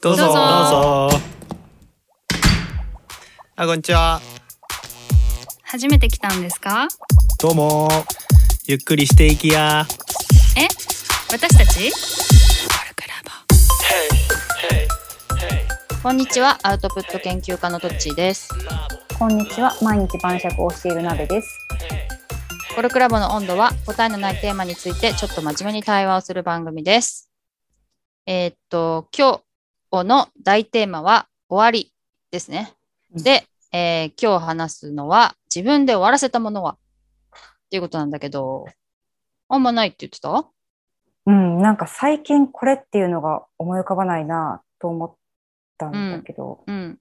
どどうぞうぞあこんにちは初めて来たんですかどうもゆっくりしていきやえ私たちこんにちは、アウトプット研究家のトッチーです。こんにちは。毎日晩酌をしている鍋です。コルクラボの温度は答えのないテーマについてちょっと真面目に対話をする番組です。えーっと、今日の大テーマは終わりですね。うんで、えー今日話すのは自分で終わらせたものはっていうことなんだけど、あんまないって言ってたうん、なんか最近これっていうのが思い浮かばないなと思ったんだけど、うん。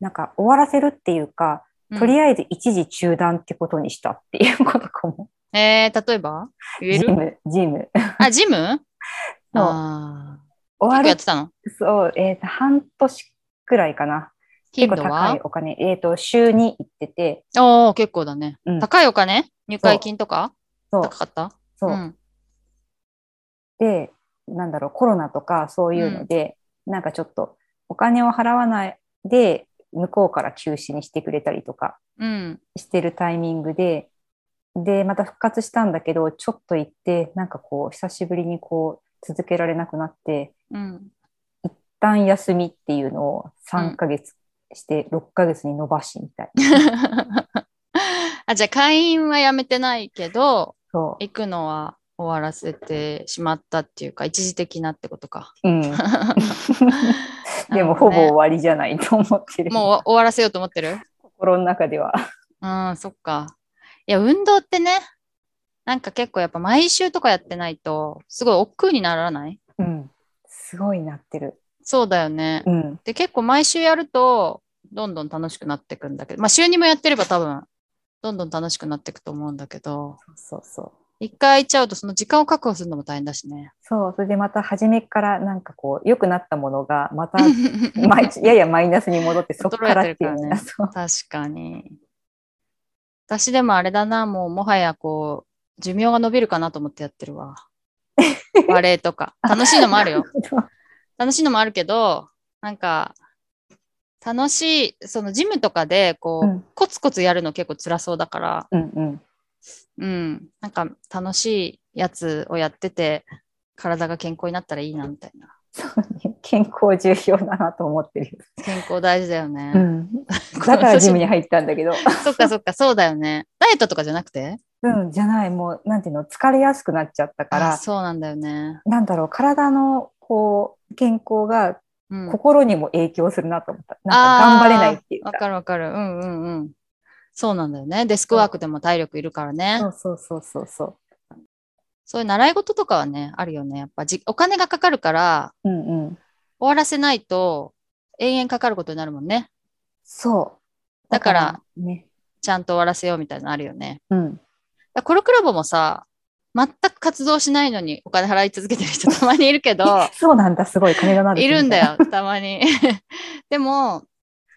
なんか終わらせるっていうか、とりああえず一時中断ってことにしたっていうことかも。えー、例えば言えジるム、ジム。あ、ジムそうああ。終よわくやっる、てたのそう、えーと、半年くらいかな。頻度結構高はいお金。えっ、と、週に行ってて、おお結構だね。うん高いお金入会金とかそう高、かったそう。ん、で、なんだろう、コロナとかそういうので、なんかちょっとお金を払わないで、向こうから休止にしてくれたりとか、うん。してるタイミングで、で、また復活したんだけど、ちょっと行って、なんかこう、久しぶりにこう、続けられなくなって、うん。 一旦休みっていうのを3ヶ月して、6ヶ月に伸ばしみたいな。 あ、じゃあ会員はやめてないけど、そ行くのは終わらせてしまったっていうか、一時的なってこと か。 う。うん。でも、ほぼ終わりじゃないと思ってる。もう終わらせようと思ってる心の中では。うん、そっか。いや、運動ってね、なんか結構やっぱ毎週とかやってないと、すごい億劫にならないうん。すごいなってる。そうだよね。うん。で、結構毎週やると、どんどん楽しくなってくんだけど、まあ週にもやってれば多分、どんどん楽しくなってくと思うんだけど、そうそう。一回行っちゃうとその時間を確保するのも大変だしね。そう。それでまた初めからなんかこう、良くなったものが、また、ま、ややマイナスに戻って、そこからってい衰えうてるのからが、ね そう。確かに。私でもあれだな、もうもはやこう、寿命が伸びるかなと思ってやってるわ。バレエとか。楽しいのもあるよ。 楽しいのもあるけど、なんか、楽しい、そのジムとかで、こう、うんコツコツやるの結構辛そうだから、うんうん。うん、なんか楽しいやつをやってて、体が健康になったらいいな、みたいな。健康重要だなと思ってるよ。健康大事だよね。だからジムに入ったんだけど。 そっかそっか、そうだよね。ダイエットとかじゃなくて うん、じゃない、もう、なんていうの、疲れやすくなっちゃったかあら、そうなんだよね。なんだろう、体の、こう、健康がうん、心にも影響するなと思った。なんか頑張れないっていうあーわか。かるわかる。うんうんうん。そうなんだよね。デスクワークでも体力いるからね。そそううそうそうそうそう。いう習い事とかはね、あるよね。やっぱじお金がかかるから、うんうん。終わらせないと永遠かかることになるもんね。そう。だからね。ちゃんと終わらせようみたいなのあるよね。うん。だからコルクラボもさ、全く活動しないのにお金払い続けてる人た まにいるけど、そうなんだ、すごい、金がなる。いるんだ。よ、たまに。 でも、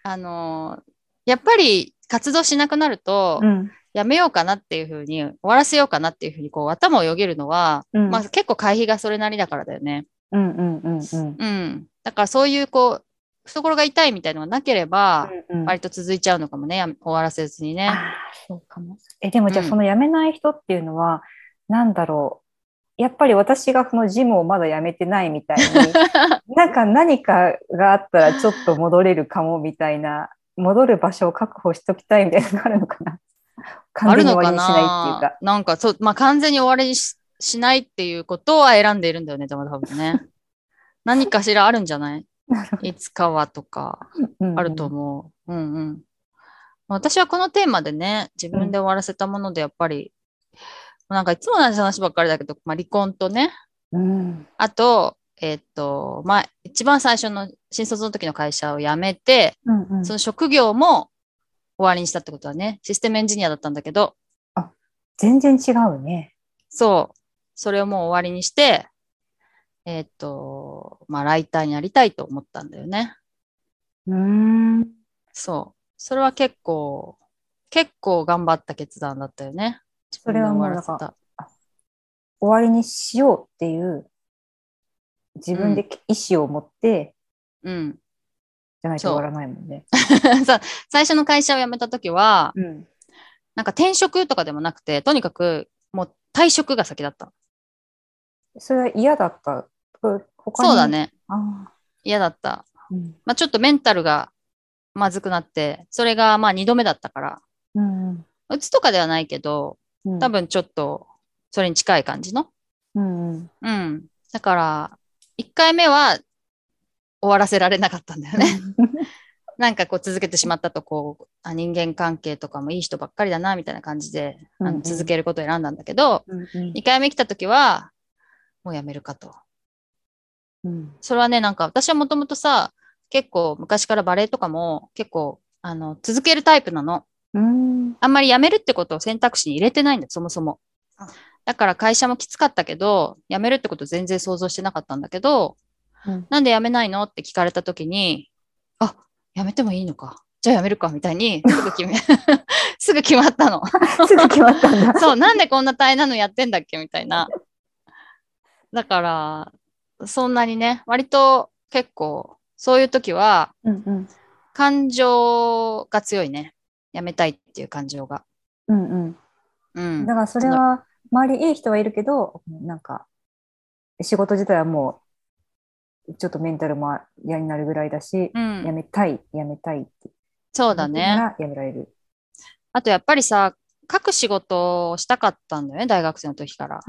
あのやっぱり活動しなくなるとう、ん。やめようかなっていうふうに、終わらせようかなっていうふうに、こう、頭をよぎるのは、うん。まあ結構会費がそれなりだからだよね。うんうんううんうん。ん。だからそういう、こう、懐が痛いみたいのがなければ、うんうん割と続いちゃうのかもね、やめ終わらせずにね。あーそうかも。え、でもじゃあうんその辞めない人っていうのは、なんだろう。やっぱり私がそのジムをまだ辞めてないみたいに、なんか何かがあったらちょっと戻れるかもみたいな、戻る場所を確保しときたいみたいなのがあるのかな。あ完る全にの終わかりにしないっていうなか。なんか、そう、まあ完全に終わりにししないっていうことは選んでいるんだよね、でも多分 ね。何かしらあるんじゃないいつかはとか。うんあると思う。うんうん。まあ私はこのテーマでね、自分で終わらせたもので、やっぱり、なんかいつも同じ話ばっかりだけど、まあ、離婚とね、うん。あと、えっと、まあ、一番最初の新卒の時の会社を辞めて、うんうんその職業も終わりにしたってことはね、システムエンジニアだったんだけど、全然違うね。そう、それをもう終わりにして、えっと、まあ、ライターになりたいと思ったんだよね。うん。そう。それは結構、結構頑張った決断だったよね。それはもう自分で終わら終わりにしようっていう、自分で意思を持って、うん。じゃないと終わらないもんね。 さ最初の会社を辞めた時は、うん。なんか転職とかでもなくて、とにかくもう退職が先だった。それは嫌だった。こ他にそうだ。ね。ああ。嫌だった。うん。まあちょっとメンタルがまずくなって、それがまあ2度目だったから、うん。うつとかではないけど、うん多。分ちょっとそれに近い感じの。うんうん。うん。だから、1回目は終わらせられなかったんだよね。 なんかこう続けてしまったとこうあ人間関係とかもいい人ばっかりだなみたいな感じで、あうんうのん続けることを選んだんだけど、うんうん2回目来た時はもうやめるかと。うんそれはねなんか私はもともとさ結構昔からバレエとかも結構あの続けるタイプなの。 うん。あんまり辞めるってことを選択肢に入れてないんだよそもそもあ。だから会社もきつかったけど辞めるってこと全然想像してなかったんだけど、うんなんで辞めないのって聞かれた時にあ辞めてもいいのかじゃあ辞めるかみたい にすぐ決め すぐ決まったのすぐ決まったんだ。 そうなんでこんな大変なのやってんだっけみたいなだからそんなにね割と結構そういう時はうんうん。感情が強いね辞めたいっていう感情が。うんうん。うんだからそれは周りいい人はいるけどなんか仕事自体はもうちょっとメンタルも嫌になるぐらいだし、うやん、めたいやめたいってそうだね。やめられるあとやっぱりさ、書く仕事をしたかったんだよね、大学生の時から。あ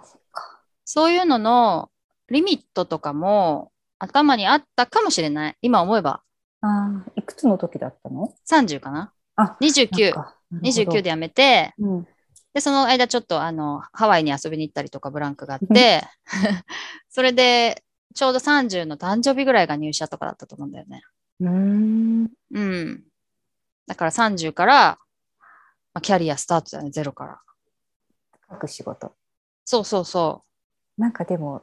あそっかそういうののリミットとかも頭にあったかもしれない。今思えばああいくつの時だったの30かなあ ?29。29で、で辞めて、うん、で、その間ちょっとあの、ハワイに遊びに行ったりとかブランクがあ って、それで、ちょうど30の誕生日ぐらいが入社とかだったと思うんだよね。うんうん。だから30から、まあ、キャリアスタートだよね、ゼロから。書く仕事そうそうそう。なんかでも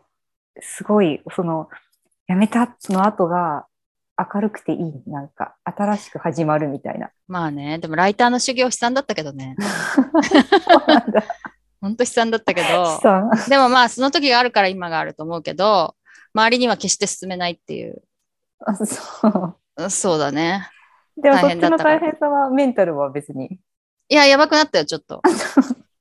すごいそのやめたその後が明るくていいなんか新しく始まるみたいなまあね、でもライターの修行悲惨だったけどね。そうなんだほんと悲惨だったけど資。産でもまあ、その時があるから今があると思うけど、周りには決して進めないっていう。あそううんそうだね。でもそ大っ変ちだっのたから大変さはメンタルは別に。いや、やばくなったよ、ちょっと。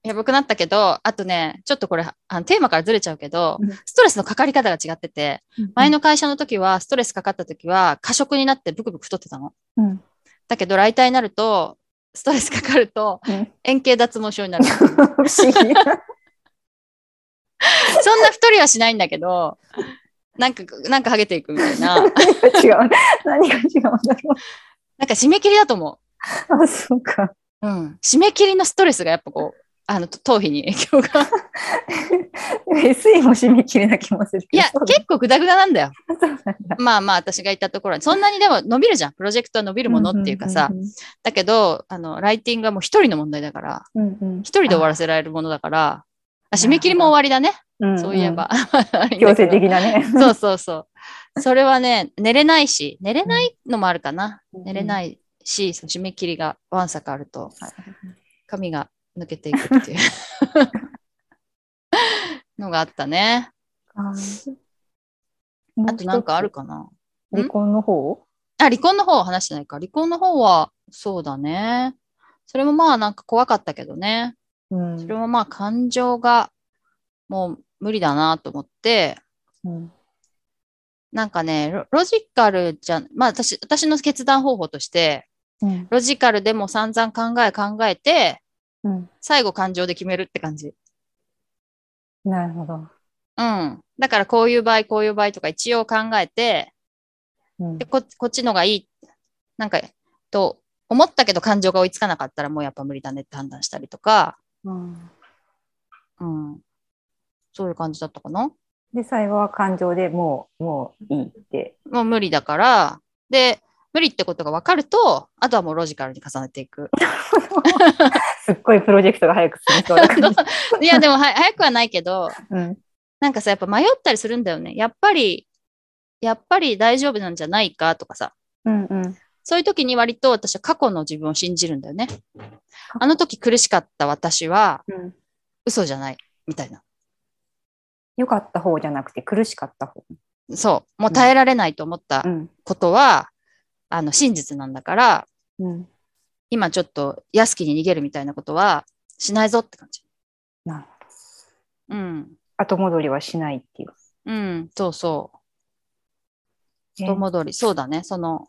やばくなったけど、あとね、ちょっとこれ、あのテーマからずれちゃうけどうん、ストレスのかかり方が違ってて、前の会社の時は、ストレスかかった時は、過食になってブクブク太ってたの。うん。 だけど、ライターになると、ストレスかかると、うん円形脱毛症になる。不思議。そんな太りはしないんだけど、なんか、なんかハゲていくみたいな。なんか違う。何が違うんだろ締め切りだと思う。あ、そうか。う。うん。締め切りのストレスがやっぱこう、あの、頭皮に影響 が。 SE も締め切れな気もするけいど。や、そうだ結構グダグダなんだよ。そうなんだ。まあまあ、私がいたところに。そんなにでも伸びるじゃん。プロジェクトは伸びるものっていうかさ。だけど、あの、ライティングはもう一人の問題だから、うんうんうん。一人で終わらせられるものだから、あ締め切りも終わりだね。うんうんそういえば。強制的なね。。そうそうそう。それはね、寝れないし、寝れないのもあるかな。寝れないいし、その締め切りがわんさかあると、髪が抜けていくっていう のがあったね。あとなんかあるかな離婚の方あ、離婚の方は話してないか。離婚の方は、そうだね。それもまあなんか怖かったけどね。うんそれもまあ感情がもう無理だなと思って、うんなんかね、ロロジカルじゃん、まあ私、私の決断方法として、うんロジカルでも散々考え考えて、うん最後感情で決めるって感じ。なるほど。うん。だからこういう場合、こういう場合とか一応考えて、うんでここっちのがいい、なんか、と思ったけど感情が追いつかなかったらもうやっぱ無理だねって判断したりとか、うんうん。そういう感じだったかな。で、最後は感情でもう、もういいって。もう無理だから、で、無理ってことが分かると、あとはもうロジカルに重ねてい く。すっごいプロジェクトが早く進みそうな感いじ。や、でもは早くはないけど、うんなんかさ、やっぱ迷ったりするんだよね。やっぱり、やっぱり大丈夫なんじゃないかとかさ、うんうん。そういう時に割と私は過去の自分を信じるんだよね。あの時苦しかった私はうん嘘じゃないみたいな。良かった方じゃなくて苦しかった方。そう、もう耐えられないと思ったうん。ことは、あの、真実なんだから、うん。今ちょっと安きに逃げるみたいなことはしないぞって感じ。なるほどうん。後戻りはしないっていう。うん、そうそう。後戻り。そうだね。その、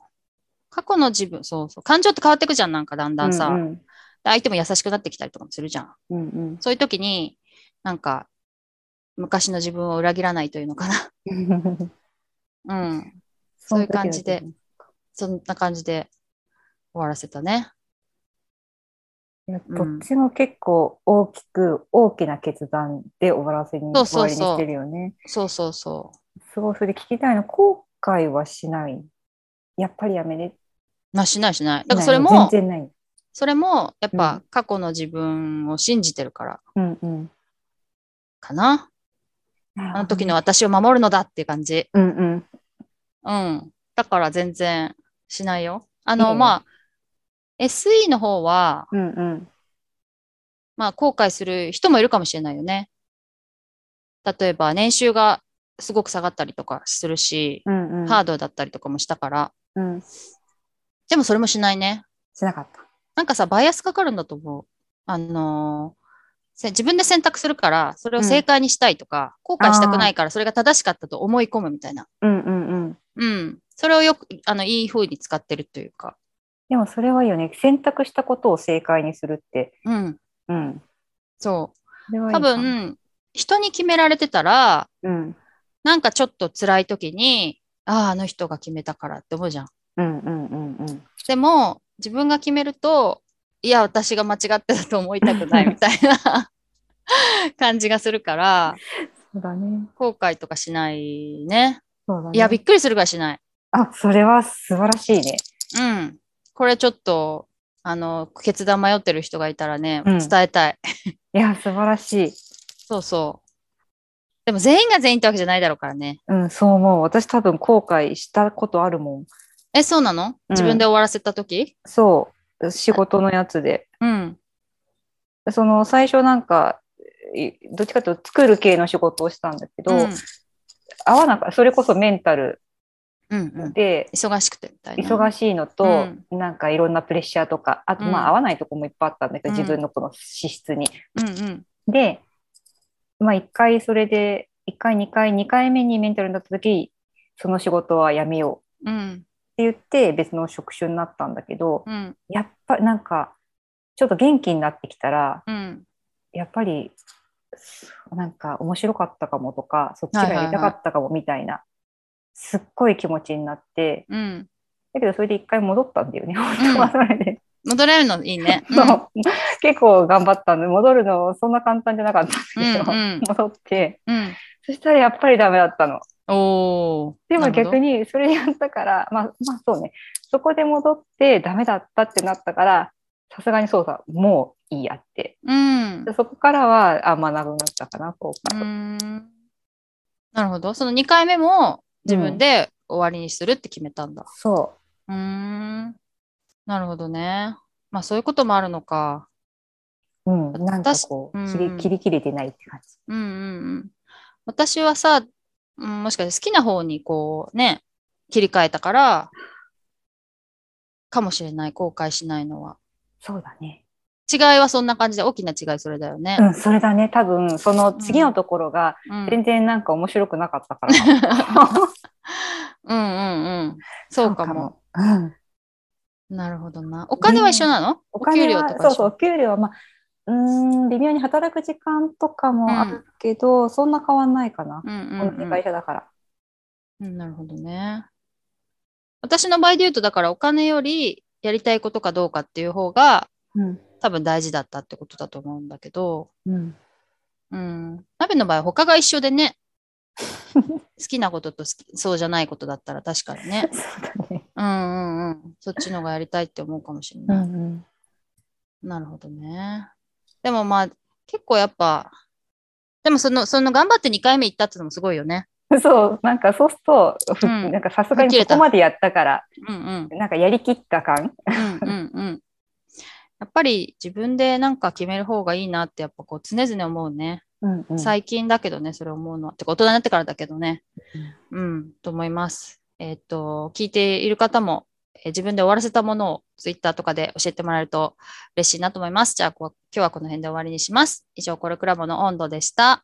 過去の自分、そうそう。感情って変わってくじゃん、なんかだんだんさ。うんうん相手も優しくなってきたりとかもするじゃん。うんうんそういう時に、なんか、昔の自分を裏切らない というのかな。うん。そういう感じで。そんな感じで終わらせたね。いやうんどっちも結構大きく大きな決断で終わらせにそう終そわうそうりにしてるよね。そうそうそすごいそれ聞きたいの後悔はしない。やっぱりやめれ。う。な、しないしない。だからそれないも、全然ない。それも、やっうんぱ過去の自分を信じてるからうんうん。かな。あの時の。私を守るのだっていう感じ。うんうん。うん。だから全然しないよ。あいいの、ねまあ、SE の方は、うんうん。まあ、後悔する人もいるかもしれないよね。例えば、年収がすごく下がったりとかするし、うんうん。ハードだったりとかもしたから。うん。でもそれもしないね。しなかった。なんかさ、バイアスかかるんだと思う。あのーせ自分で選択するから、それを正解にしたいとか、後悔したくないから、それが正しかったと思い込むみたいな。うんうんうん。うん。それをよく、あの、いい風に使ってるというか。でもそれはいいよね。選択したことを正解にするって。うん。うん。そう。それはいい多かも、分、人に決められてたら、うん。なんかちょっと辛い時に、ああ、あの人が決めたからって思うじゃん。うんうんうんうん。でも、自分が決めると、いや、私が間違ってたと思いたくないみたいな 感じがするから、そうだね。後悔とかしないね。そうだね。いや、びっくりするぐらいしない。あ、それは素晴らしいね。うん。これちょっと、あの、決断迷ってる人がいたらね、うん伝えたい。いや、素晴らしい。そうそう。でも全員が全員ってわけじゃないだろうからね。うん、そう思う。私多分後悔したことあるもん。え、そうなの自分で終わらせた時そう。仕事のやつで。うん。その最初なんか、いどっちかというと作る系の仕事をしたんだけど、うん合わなかそれこそメンタルうんうん、で忙しくてみたいな。忙しいのと、うんなんかいろんなプレッシャーとか、あとまうんあ合わないとこもいっぱいあったんだけうど、ん自分のこの資質に。うんうんで、まあ一回それで、一回二回、二回目にメンタルになった時、その仕事はやめよううんって言って別の職種になったんだけど、うんやっぱなんかちょっと元気になってきたらうんやっぱりなんか面白かったかもとかそっちがやりたかったかもみたいな、すっごい気持ちになってうんだけどそれで一回戻ったんだ よね本当はそれで、戻れるのいい ね。うんそう結構頑張ったんで戻るのそんな簡単じゃなかったんだけど、うんうん戻ってうんそしたらやっぱりダメだったのおーでも逆に。にそれやったから、まあ、まあそうね、そこで戻ってダメだったってなったから、さすがにそうだ、もういいやって。うんでそこからは、あ、学ぶなくなったかな、こううか。んなるほど。その2回目も自分で終わりにするって決めたんだ。そうーんなるほどね。まあそういうこともあるのか。う。うん、なんかこう、私切うりん切り切れてないって感じ。うんうんうん。私はさ、うんもしかして好きな方にこうね、切り替えたから、かもしれない、後悔しないのは。そうだね。違いはそんな感じで、大きな違いそれだよねう。ん、それだね。多分、その次のところが、うん、うん全然なんか面白くなかったから。うんうん。 そうかも。そうかも。うん。なるほどな。お金は一緒なの、おお金給料はとかそう一緒そう、お給料は、まあ、うーん、微妙に働く時間とかもあるけど、そんな変わんないかな。うんうん同じうん会社だから。うんなるほどね。私の場合で言うと、だからお金よりやりたいことかどうかっていう方がうん。多分大事だったってことだと思うんだけど、うん。うん。鍋の場合、他が一緒でね。好きなことと好きそうじゃないことだったら確かにね。 そうだね。うんうんうん。そっちのがやりたいって思うかもしれうない。んなるほどね。でもまあ、結構やっぱ、でもその、その頑張って2回目行ったってのもすごいよね。うん。そう、なんかそうすると、ふうんなんかさすがに吹っ切それたこまでやったから、うんうん。なんかやりきった感。うんうんうん。やっぱり自分でなんか決める方がいいなってやっぱこう常々思うね。うんうん最近だけどね、それ思うのは。てか、大人になってからだけどね。うん、と思います。えっ、と、聞いている方も、えー自分で終わらせたものをツイッターとかで教えてもらえると嬉しいなと思います。じゃあ、こ今日はこの辺で終わりにします。以上、コルクラボの温度でした。